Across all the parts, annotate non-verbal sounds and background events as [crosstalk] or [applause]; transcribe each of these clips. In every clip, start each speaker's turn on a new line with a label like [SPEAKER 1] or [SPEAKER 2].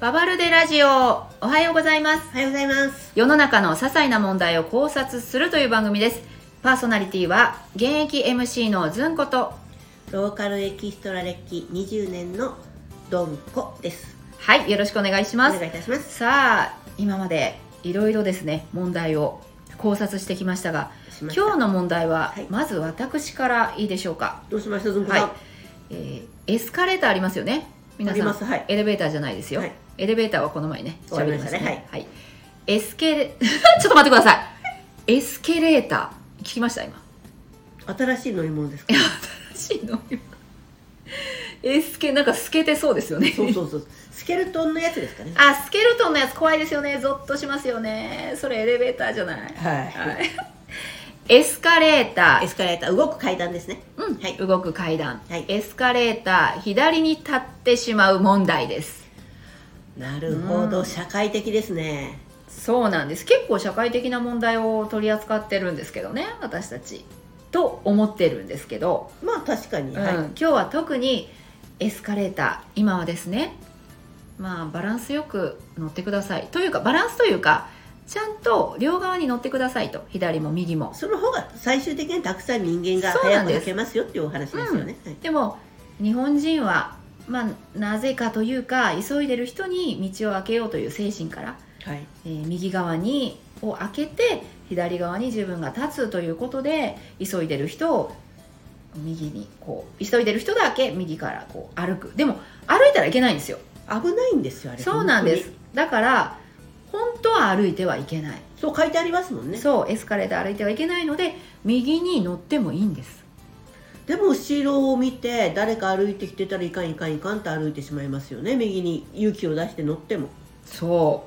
[SPEAKER 1] ババルデラジオおはようございます
[SPEAKER 2] おはようございます。
[SPEAKER 1] 世の中の些細な問題を考察するという番組ですパーソナリティは現役 MC のずんこと
[SPEAKER 2] ローカルエキストラ歴20年のドンコです。
[SPEAKER 1] はいよろしくお願いし
[SPEAKER 2] お
[SPEAKER 1] ます
[SPEAKER 2] 願いいたします。
[SPEAKER 1] さあ今までいろいろですね問題を考察してきましたが
[SPEAKER 2] しました
[SPEAKER 1] 今日の問題は、
[SPEAKER 2] はい
[SPEAKER 1] まず私からいいでしょうか、
[SPEAKER 2] どうしましたずんこ
[SPEAKER 1] は
[SPEAKER 2] さ
[SPEAKER 1] い
[SPEAKER 2] ん。
[SPEAKER 1] えーエスカレーターありますよね皆
[SPEAKER 2] あ
[SPEAKER 1] さ
[SPEAKER 2] り
[SPEAKER 1] ん、
[SPEAKER 2] ますはい。
[SPEAKER 1] エレベーターじゃないですよ、
[SPEAKER 2] はい
[SPEAKER 1] エレベーターはこの前ね
[SPEAKER 2] 終わりましたね
[SPEAKER 1] 喋はい、エスケレ [laughs] ちょっと待ってくださいエスケレーター聞きました今 [laughs]
[SPEAKER 2] 新しい乗り物ですか。
[SPEAKER 1] 新しいの今エスケなんか透けてそうですよね
[SPEAKER 2] そうそうそう。スケルトンのやつですかね。
[SPEAKER 1] あスケルトンのやつ怖いですよねゾッとしますよねそれエレベーターじゃない、
[SPEAKER 2] は
[SPEAKER 1] はい、エスカレータ
[SPEAKER 2] い。エ
[SPEAKER 1] ー
[SPEAKER 2] スカレーター動く階段ですね。
[SPEAKER 1] うん
[SPEAKER 2] はい
[SPEAKER 1] 動く階段、
[SPEAKER 2] はい
[SPEAKER 1] エスカレーター左に立ってしまう問題です
[SPEAKER 2] なるほ
[SPEAKER 1] う
[SPEAKER 2] ど
[SPEAKER 1] ん
[SPEAKER 2] 社会的ですね。
[SPEAKER 1] そうなんです結構社会的な問題を取り扱ってるんですけどね私たちと思ってるんですけど、
[SPEAKER 2] まあ確かに。
[SPEAKER 1] うん
[SPEAKER 2] はい。
[SPEAKER 1] 今日は特にエスカレーター今はですねまあバランスよく乗ってくださいというかバランスというかちゃんと両側に乗ってくださいと左も右も
[SPEAKER 2] その方が最終的にたくさん人間が
[SPEAKER 1] そうな
[SPEAKER 2] 早
[SPEAKER 1] ん
[SPEAKER 2] く
[SPEAKER 1] です
[SPEAKER 2] 抜けますよっていうお話ですよね。はい
[SPEAKER 1] でも日本人はまあなぜかというか急いでる人に道を開けようという精神から
[SPEAKER 2] はい。
[SPEAKER 1] えー右側にを開けて左側に自分が立つということで急いでる人を右にこう急いでる人だけ右からこう歩くでも歩いたらいけないんですよ
[SPEAKER 2] 危ないんですよあれ。
[SPEAKER 1] そうなんで
[SPEAKER 2] 本
[SPEAKER 1] すだから本当は歩いてはいけない、
[SPEAKER 2] 当に。そう書いてありますもんね。
[SPEAKER 1] そうエスカレーター歩いてはいけないので右に乗ってもいいんです
[SPEAKER 2] でも後ろを見て誰か歩いてきてたらいかんいかんいかんって歩いてしまいますよね右に勇気を出して乗っても
[SPEAKER 1] そ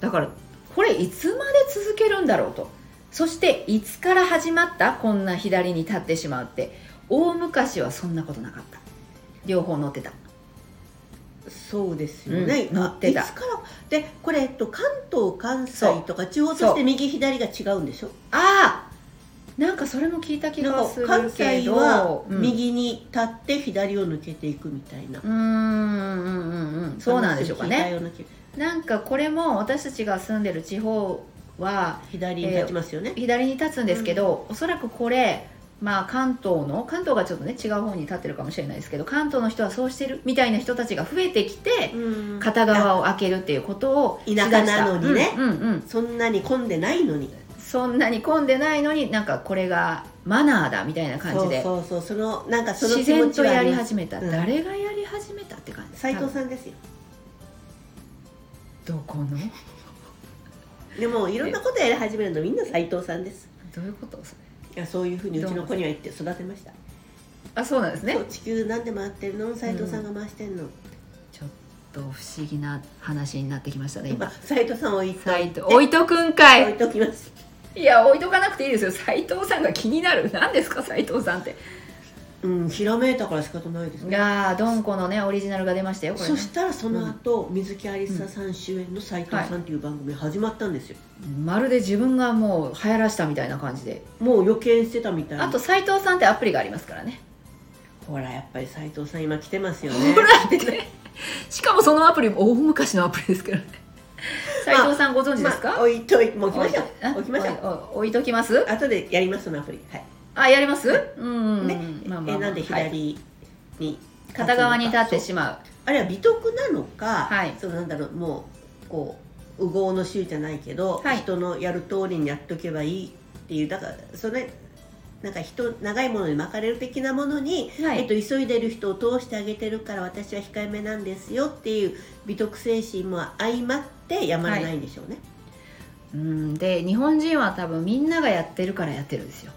[SPEAKER 1] うだからこれいつまで続けるんだろうとそしていつから始まったこんな左に立ってしまうって大昔はそんなことなかった両方乗ってた
[SPEAKER 2] そうですよね、
[SPEAKER 1] うん乗ってた
[SPEAKER 2] あいつからでこれ、えっと、関東関西とか地方と
[SPEAKER 1] そう
[SPEAKER 2] して右左が違うんでしょ
[SPEAKER 1] ああなんかそれも聞いた気
[SPEAKER 2] なん
[SPEAKER 1] が
[SPEAKER 2] か
[SPEAKER 1] するけど
[SPEAKER 2] 関西は
[SPEAKER 1] うん
[SPEAKER 2] 右に立って左を抜けていくみたいな、
[SPEAKER 1] うーんうんうんうんそうなんでしょうかね
[SPEAKER 2] 話を聞いたような気が
[SPEAKER 1] なんかこれも私たちが住んでる地方は
[SPEAKER 2] 左に立ちますよね、
[SPEAKER 1] 左に立つんですけど、おそらくこれ、まあ、関東の関東がちょっとね違う方に立ってるかもしれないですけど関東の人はそうしてるみたいな人たちが増えてきて、
[SPEAKER 2] うん
[SPEAKER 1] 片側を開けるっていうことを
[SPEAKER 2] 田舎なのにね
[SPEAKER 1] うんうんうん
[SPEAKER 2] そんなに混んでないのに
[SPEAKER 1] そんなに混んでないのになんかこれがマナーだみたいな感じで
[SPEAKER 2] そうそうそうそのなんかその
[SPEAKER 1] 自
[SPEAKER 2] 気持
[SPEAKER 1] 然
[SPEAKER 2] ち
[SPEAKER 1] と
[SPEAKER 2] はあ
[SPEAKER 1] や
[SPEAKER 2] り
[SPEAKER 1] り
[SPEAKER 2] ます
[SPEAKER 1] 始めた、
[SPEAKER 2] うん
[SPEAKER 1] 誰がやり始めたって感じ
[SPEAKER 2] 斉藤
[SPEAKER 1] ん
[SPEAKER 2] さんですよ
[SPEAKER 1] どこの
[SPEAKER 2] でもいろんなことやり始めるのみんな斉藤さんです
[SPEAKER 1] どういうことそれ
[SPEAKER 2] いやそういうふうにうちの子には言って育てました、
[SPEAKER 1] あそうなんですね
[SPEAKER 2] そう地球なんで回ってるの斉藤さんが回してんの、
[SPEAKER 1] ちょっと不思議な話になってきましたね
[SPEAKER 2] 今
[SPEAKER 1] 今
[SPEAKER 2] 斉藤さんを言った
[SPEAKER 1] 斉藤置いとくんかい
[SPEAKER 2] 置いときます
[SPEAKER 1] いや置いとかなくていいですよ斉藤さんが気になる何ですか斉藤さんって
[SPEAKER 2] うんひらめいたから仕方ないです
[SPEAKER 1] い
[SPEAKER 2] ね
[SPEAKER 1] やードンコのねオリジナルが出ましたよこれ、
[SPEAKER 2] そ
[SPEAKER 1] ね、
[SPEAKER 2] したらその後、水木ありささん主演の斉藤さんっていう番組始まったんですよ、
[SPEAKER 1] まるで自分がもう流行らしたみたいな感じで
[SPEAKER 2] もう予見してたみたいな
[SPEAKER 1] あと斉藤さんってアプリがありますからね
[SPEAKER 2] ほらやっぱり斉藤さん今来てますよね
[SPEAKER 1] ほらってねしかもそのアプリも大昔のアプリですから [laughs] ね斉藤さんご存知ですか、
[SPEAKER 2] まあ、置いといもう置きましょ
[SPEAKER 1] あ
[SPEAKER 2] う置きましょう
[SPEAKER 1] おお置いときます
[SPEAKER 2] 後でやりますそのアプリはい
[SPEAKER 1] あやりますうん、
[SPEAKER 2] ね
[SPEAKER 1] まあまあまあ
[SPEAKER 2] えなんで
[SPEAKER 1] はい
[SPEAKER 2] 左に、
[SPEAKER 1] 片側に立って
[SPEAKER 2] そう
[SPEAKER 1] しまう
[SPEAKER 2] あれは美徳なのか、
[SPEAKER 1] はい
[SPEAKER 2] そのなんだろうもうこう右往の衆じゃないけど、
[SPEAKER 1] はい
[SPEAKER 2] 人のやる通りにやっとけばいいっていうだからそれなんか人長いものに巻かれる的なものに、
[SPEAKER 1] はい
[SPEAKER 2] えっと、急いでる人を通してあげてるから私は控えめなんですよっていう美徳精神も相まってやまらないんでしょうね、
[SPEAKER 1] うんで日本人は多分みんながやってるからやってるんですよ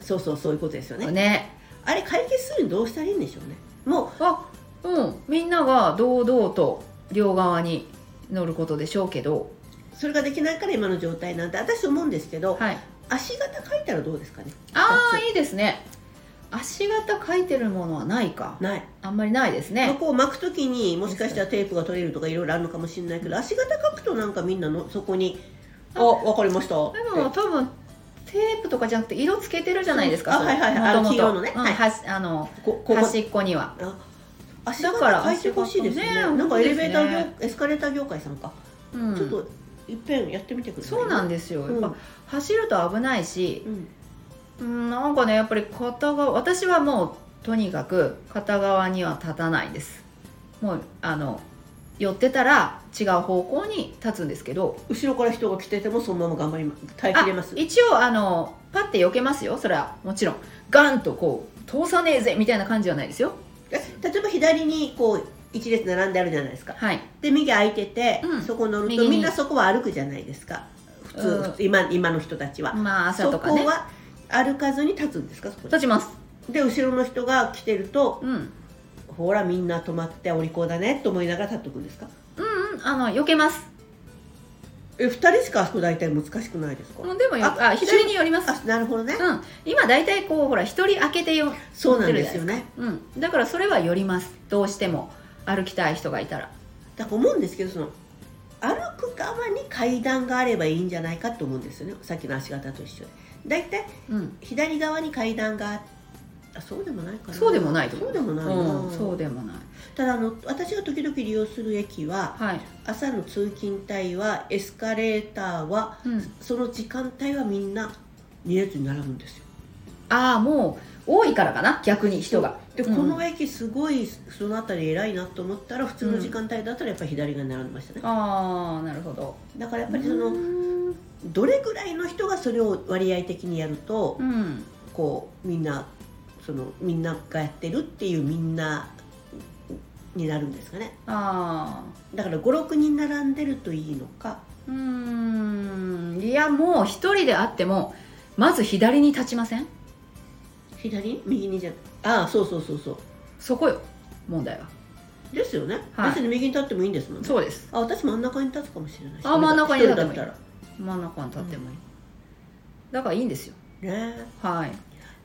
[SPEAKER 2] そうそうそういうことですよね
[SPEAKER 1] ね
[SPEAKER 2] あれ解決するにどうしたらいいんでしょうねもう
[SPEAKER 1] あうんみんなが堂々と両側に乗ることでしょうけど
[SPEAKER 2] それができないから今の状態なんて私思うんですけど、
[SPEAKER 1] はい
[SPEAKER 2] 足型書いたらどうですかね
[SPEAKER 1] ああいいですね足型書いてるものはないか
[SPEAKER 2] ない
[SPEAKER 1] あんまりないです
[SPEAKER 2] そ
[SPEAKER 1] ね
[SPEAKER 2] こを巻くときにもしかしたらテープが取れるとかいろいろあるのかもしれないけど足型書くとなんかみんなのそこに「あわかりました」
[SPEAKER 1] でも
[SPEAKER 2] って
[SPEAKER 1] 多分テープとかじゃなくて色つけてるじゃないですか
[SPEAKER 2] そうあはいはいはい
[SPEAKER 1] もともと
[SPEAKER 2] あの黄色のね
[SPEAKER 1] うん
[SPEAKER 2] はい
[SPEAKER 1] はしあの
[SPEAKER 2] こここ
[SPEAKER 1] 端っこには
[SPEAKER 2] あ足
[SPEAKER 1] だ
[SPEAKER 2] だ
[SPEAKER 1] か
[SPEAKER 2] からら変えてほしいですね
[SPEAKER 1] 足型ね
[SPEAKER 2] なんかエレベーター業、
[SPEAKER 1] 本当
[SPEAKER 2] エスカレーター業界さんか、
[SPEAKER 1] うん
[SPEAKER 2] ちょっといっぺんやってみてください
[SPEAKER 1] そうなん
[SPEAKER 2] で
[SPEAKER 1] ですよ、
[SPEAKER 2] うん
[SPEAKER 1] やっぱ走ると危ないし
[SPEAKER 2] う、ん
[SPEAKER 1] うん、なんかねやっぱり片側私はもうとにかく片側には立たないですもうあの寄ってたら違う方向に立つんですけど
[SPEAKER 2] 後ろから人が来ててもそのまま頑張ります耐えきれます
[SPEAKER 1] あ一応あのパッて避けますよそれはもちろんガンとこう通さねえぜみたいな感じはないですよ
[SPEAKER 2] え例えば左にこう一列並んであるじゃないですか
[SPEAKER 1] はい
[SPEAKER 2] で右空いてて、
[SPEAKER 1] うん
[SPEAKER 2] そこ乗る
[SPEAKER 1] 右
[SPEAKER 2] と
[SPEAKER 1] に
[SPEAKER 2] みんなそこは歩くじゃないですか普通、
[SPEAKER 1] うん
[SPEAKER 2] 普通今今の人たちは、
[SPEAKER 1] まあ朝
[SPEAKER 2] そ
[SPEAKER 1] とか
[SPEAKER 2] こ
[SPEAKER 1] ね
[SPEAKER 2] は歩かずに立つんですかそこ
[SPEAKER 1] 立ちます
[SPEAKER 2] にで後ろの人が来てると
[SPEAKER 1] うんうん
[SPEAKER 2] ほらみんな止まってお利口だねと思いながら立っとくんですか
[SPEAKER 1] うんあの避けます
[SPEAKER 2] え2人しかあそこ大体難しくないですか、
[SPEAKER 1] もうでもよ
[SPEAKER 2] あ
[SPEAKER 1] あ左に寄ります
[SPEAKER 2] あなるほどね、
[SPEAKER 1] うん今大体こうほら一人開けてよ
[SPEAKER 2] そうなんですよね
[SPEAKER 1] うん、だからそれは寄りますどうしても歩きたい人がいたら
[SPEAKER 2] だから思うんですけどその歩く側に階段があればいいんじゃないかと思うんですよねさっきの足型と一緒で大体
[SPEAKER 1] うん、
[SPEAKER 2] 左側に階段がああそうでもないかな
[SPEAKER 1] そうでもないと思
[SPEAKER 2] そうでもないな、
[SPEAKER 1] うん、そうでもない
[SPEAKER 2] ただあの私が時々利用する駅は
[SPEAKER 1] はい、
[SPEAKER 2] 朝の通勤帯はエスカレーターは
[SPEAKER 1] うん、
[SPEAKER 2] その時間帯はみんな2列に並ぶんですよ
[SPEAKER 1] ああもう多いからかな逆に人が
[SPEAKER 2] で、
[SPEAKER 1] うん
[SPEAKER 2] この駅すごいそのあたり偉いなと思ったら普通の時間帯だったらやっぱり左側に並んでましたね、
[SPEAKER 1] ああなるほど
[SPEAKER 2] だからや
[SPEAKER 1] や
[SPEAKER 2] っぱりそのどれぐらいの人がそれを割合的にやると
[SPEAKER 1] うん
[SPEAKER 2] こうみんなそのみんながやってるっていうみんなになるんですかね
[SPEAKER 1] ああ
[SPEAKER 2] だから56人並んでるといいのか
[SPEAKER 1] うーんいやもう一人であってもまず左に立ちません
[SPEAKER 2] 左右にじゃああそうそうそうそう
[SPEAKER 1] そこよ問題は
[SPEAKER 2] ですよね、
[SPEAKER 1] はい
[SPEAKER 2] 別に右に立ってもいいんですもんね
[SPEAKER 1] そうです
[SPEAKER 2] あ私真ん中に立つかもしれない
[SPEAKER 1] あ真ん中に立ってもいい
[SPEAKER 2] 一人だっ
[SPEAKER 1] 真ん中に立ってもいい、だからいいんですよ
[SPEAKER 2] たらね
[SPEAKER 1] はい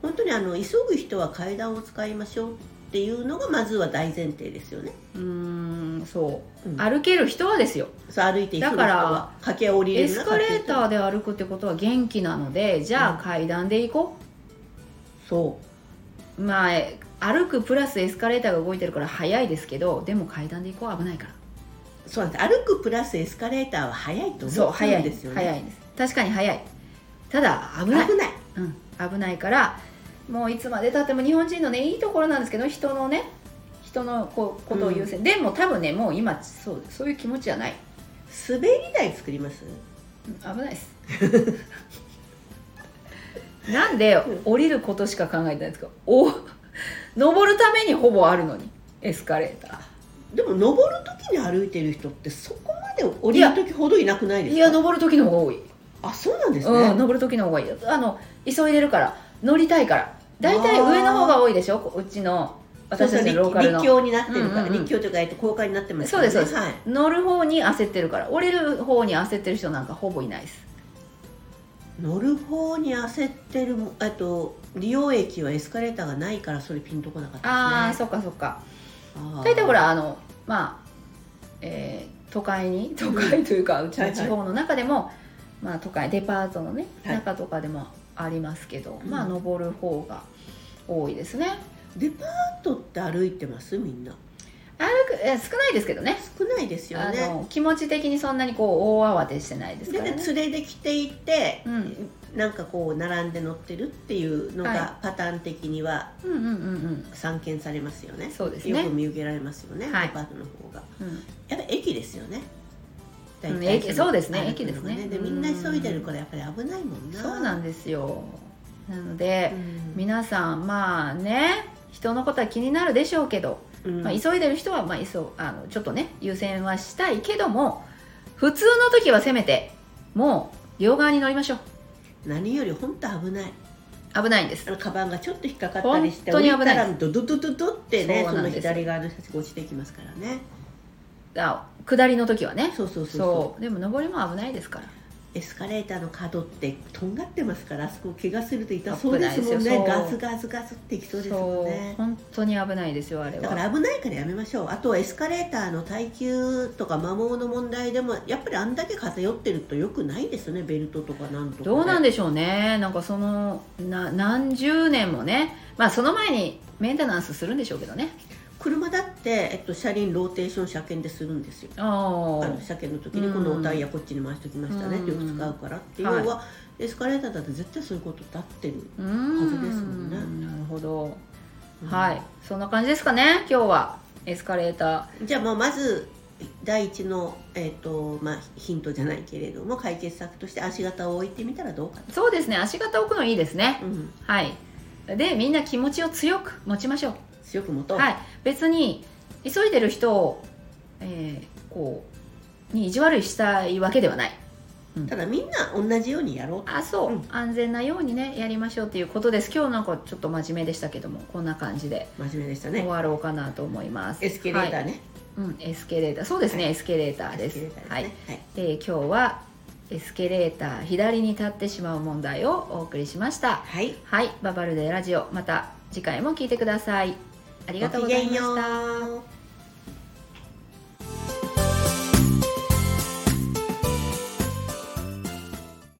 [SPEAKER 2] 本当にあの急ぐ人は階段を使いましょうっていうのがまずは大前提ですよね、
[SPEAKER 1] うーんそう、
[SPEAKER 2] うん
[SPEAKER 1] 歩ける人はですよ
[SPEAKER 2] そう歩いて急ぐ人
[SPEAKER 1] だか
[SPEAKER 2] は
[SPEAKER 1] ら
[SPEAKER 2] 駆け下りれ
[SPEAKER 1] エ
[SPEAKER 2] るな
[SPEAKER 1] スカレータ
[SPEAKER 2] 駆け下り
[SPEAKER 1] ーで歩くってことは元気なのでじゃ
[SPEAKER 2] う
[SPEAKER 1] あ階段で行こ、
[SPEAKER 2] そう
[SPEAKER 1] まあえ歩くプラスエスカレーターが動いてるから早いですけどでも階段で行こう危ないから
[SPEAKER 2] うそうなんです歩くプラスエスカレーターは早いと
[SPEAKER 1] そう
[SPEAKER 2] 思うん
[SPEAKER 1] 早いで
[SPEAKER 2] です
[SPEAKER 1] す
[SPEAKER 2] よね
[SPEAKER 1] 早いです確かに早いただ危ない、
[SPEAKER 2] 危ない
[SPEAKER 1] うん、危ないからもういつまでたっても日本人のねいいところなんですけど人のね人のこことを優先、でも多分ねもう今そうそういう気持ちじゃない
[SPEAKER 2] 滑り台作ります
[SPEAKER 1] 危ないです [laughs] なんで降りることしか考えてないんですかお登るためにほぼあるのにエスカレータ
[SPEAKER 2] でも登る時に歩いてる人ってそこまで降りる時ほどいなくない
[SPEAKER 1] ー
[SPEAKER 2] です
[SPEAKER 1] い
[SPEAKER 2] か
[SPEAKER 1] や登る時の方が多い、
[SPEAKER 2] あそうなんですね、
[SPEAKER 1] うん、登る時の方がいいあの急いでるから乗りたいから大体上の方が多いでしょこううちの私たちのローカルの
[SPEAKER 2] 立教になってるから、
[SPEAKER 1] うんうんうん
[SPEAKER 2] 立教というか、えっと、公開になってますから、ね、
[SPEAKER 1] そうですそう
[SPEAKER 2] はい、
[SPEAKER 1] 乗る方に焦ってるから降りる方に焦ってる人なんかほぼいないです
[SPEAKER 2] 乗る方に焦ってるもあと利用駅はエスカレーターがないからそれピンとこなかった
[SPEAKER 1] ああ、
[SPEAKER 2] ですね
[SPEAKER 1] そっかそっか
[SPEAKER 2] あー
[SPEAKER 1] 大体ほらあのまあ、えー都会に都会というか、うち
[SPEAKER 2] は
[SPEAKER 1] の
[SPEAKER 2] いはい
[SPEAKER 1] 地方の中でも、まあ、都会デパートのね、
[SPEAKER 2] はい
[SPEAKER 1] 中とかでもありますけど、
[SPEAKER 2] うん
[SPEAKER 1] まあ登る方が多いですね
[SPEAKER 2] デパートって歩いてますみんな
[SPEAKER 1] 歩くえー少ないですけどね
[SPEAKER 2] 少ないですよ
[SPEAKER 1] あ
[SPEAKER 2] ね
[SPEAKER 1] の気持ち的にそんなにこう大慌てしてないです
[SPEAKER 2] で
[SPEAKER 1] からね
[SPEAKER 2] ね連れで来ていて、
[SPEAKER 1] うん
[SPEAKER 2] なんかこう並んで乗ってるっていうの
[SPEAKER 1] は
[SPEAKER 2] がパターン的には
[SPEAKER 1] うんうんうん
[SPEAKER 2] 散見されますよね、
[SPEAKER 1] そうです
[SPEAKER 2] よ
[SPEAKER 1] ね
[SPEAKER 2] く見受けられますよね、
[SPEAKER 1] はい
[SPEAKER 2] デパートの方が
[SPEAKER 1] うんうん
[SPEAKER 2] やっぱ駅ですよね大
[SPEAKER 1] うん
[SPEAKER 2] 体
[SPEAKER 1] 駅そうですね
[SPEAKER 2] 歩くのが
[SPEAKER 1] 駅ですね
[SPEAKER 2] でみんな急いでるからやっぱり危ないもんな
[SPEAKER 1] そうなんですよなので、
[SPEAKER 2] うん
[SPEAKER 1] 皆さんまあね人のことは気になるでしょうけど
[SPEAKER 2] うん
[SPEAKER 1] まあ、急いでる人は、まあ、急あのちょっとね優先はしたいけども普通の時はせめてもう両側に乗りましょう
[SPEAKER 2] 何より本当危ない
[SPEAKER 1] 危ないんです
[SPEAKER 2] あのカバンがちょっと引っかかったりして
[SPEAKER 1] 本当に危ない
[SPEAKER 2] 降りたらドドドドドってね
[SPEAKER 1] そ
[SPEAKER 2] そう
[SPEAKER 1] なん
[SPEAKER 2] の
[SPEAKER 1] ですよ
[SPEAKER 2] 左側の人たちが落ちてきますからね
[SPEAKER 1] あ下りの時はね
[SPEAKER 2] そうそう
[SPEAKER 1] そ
[SPEAKER 2] そううそう
[SPEAKER 1] でも上りも危ないですから
[SPEAKER 2] エスカレーターの角ってとんがってますからあそこ怪我すると痛そうですもん
[SPEAKER 1] 危ない
[SPEAKER 2] ね
[SPEAKER 1] ですよ
[SPEAKER 2] ガツガツガツっていきそうですもん
[SPEAKER 1] そう
[SPEAKER 2] ね
[SPEAKER 1] 本当に危ないですよあれ
[SPEAKER 2] だか
[SPEAKER 1] は
[SPEAKER 2] ら危ないからやめましょうあとはエスカレーターの耐久とか摩耗の問題でもやっぱりあんだけ偏ってるとよくないですねベルトとかなんとかね、
[SPEAKER 1] どうなんでしょうねなんかそのな何十年もねまあその前にメンテナンスするんでしょうけどね
[SPEAKER 2] 車だって、えっと、車輪ローテーション車検でするんですよ
[SPEAKER 1] あ
[SPEAKER 2] あ
[SPEAKER 1] あ
[SPEAKER 2] の車検の時にこのタイヤこっちに回しておきましたね、
[SPEAKER 1] うん
[SPEAKER 2] よく使うからっていう
[SPEAKER 1] はい
[SPEAKER 2] のは、エスカレーターだって絶対そういうことだってる、
[SPEAKER 1] うーん
[SPEAKER 2] 風ですもんね
[SPEAKER 1] なるほど、
[SPEAKER 2] うん
[SPEAKER 1] はいそんな感じですかね今日はエスカレータ
[SPEAKER 2] じゃあもうまず第一の、えっとまあ、ヒントじゃないけれども解決策として足型を置いてみたらどうか
[SPEAKER 1] ーそうですね足型置くのいいですね
[SPEAKER 2] と、うん、
[SPEAKER 1] はいでみんな気持ちを強く持ちましょ
[SPEAKER 2] 強く持
[SPEAKER 1] う
[SPEAKER 2] とう、
[SPEAKER 1] はい別に急いでる人を、えーこうに意地悪いしたいわけではない
[SPEAKER 2] ただみんな同じようにやろうと
[SPEAKER 1] あそう、
[SPEAKER 2] うん
[SPEAKER 1] 安全なようにねやりましょうっていうことです今日なんかちょっと真面目でしたけどもこんな感じで
[SPEAKER 2] 真面目でした
[SPEAKER 1] 終
[SPEAKER 2] ね
[SPEAKER 1] わろうかなと思います
[SPEAKER 2] エスケレーターね、
[SPEAKER 1] はいうんエスケレーターそうですね、エスケレーター
[SPEAKER 2] エ
[SPEAKER 1] で
[SPEAKER 2] ス
[SPEAKER 1] す
[SPEAKER 2] ケレーターですね
[SPEAKER 1] はい
[SPEAKER 2] はい
[SPEAKER 1] で今日はエスケレーター左に立ってしまう問題をお送りしました
[SPEAKER 2] はい、
[SPEAKER 1] はいババルデラジオまた次回も聞いてくださいありがとう
[SPEAKER 2] ご
[SPEAKER 1] ご
[SPEAKER 2] き
[SPEAKER 1] ざ
[SPEAKER 2] げ
[SPEAKER 1] い
[SPEAKER 2] ん
[SPEAKER 1] ま
[SPEAKER 2] よ
[SPEAKER 1] した
[SPEAKER 2] う。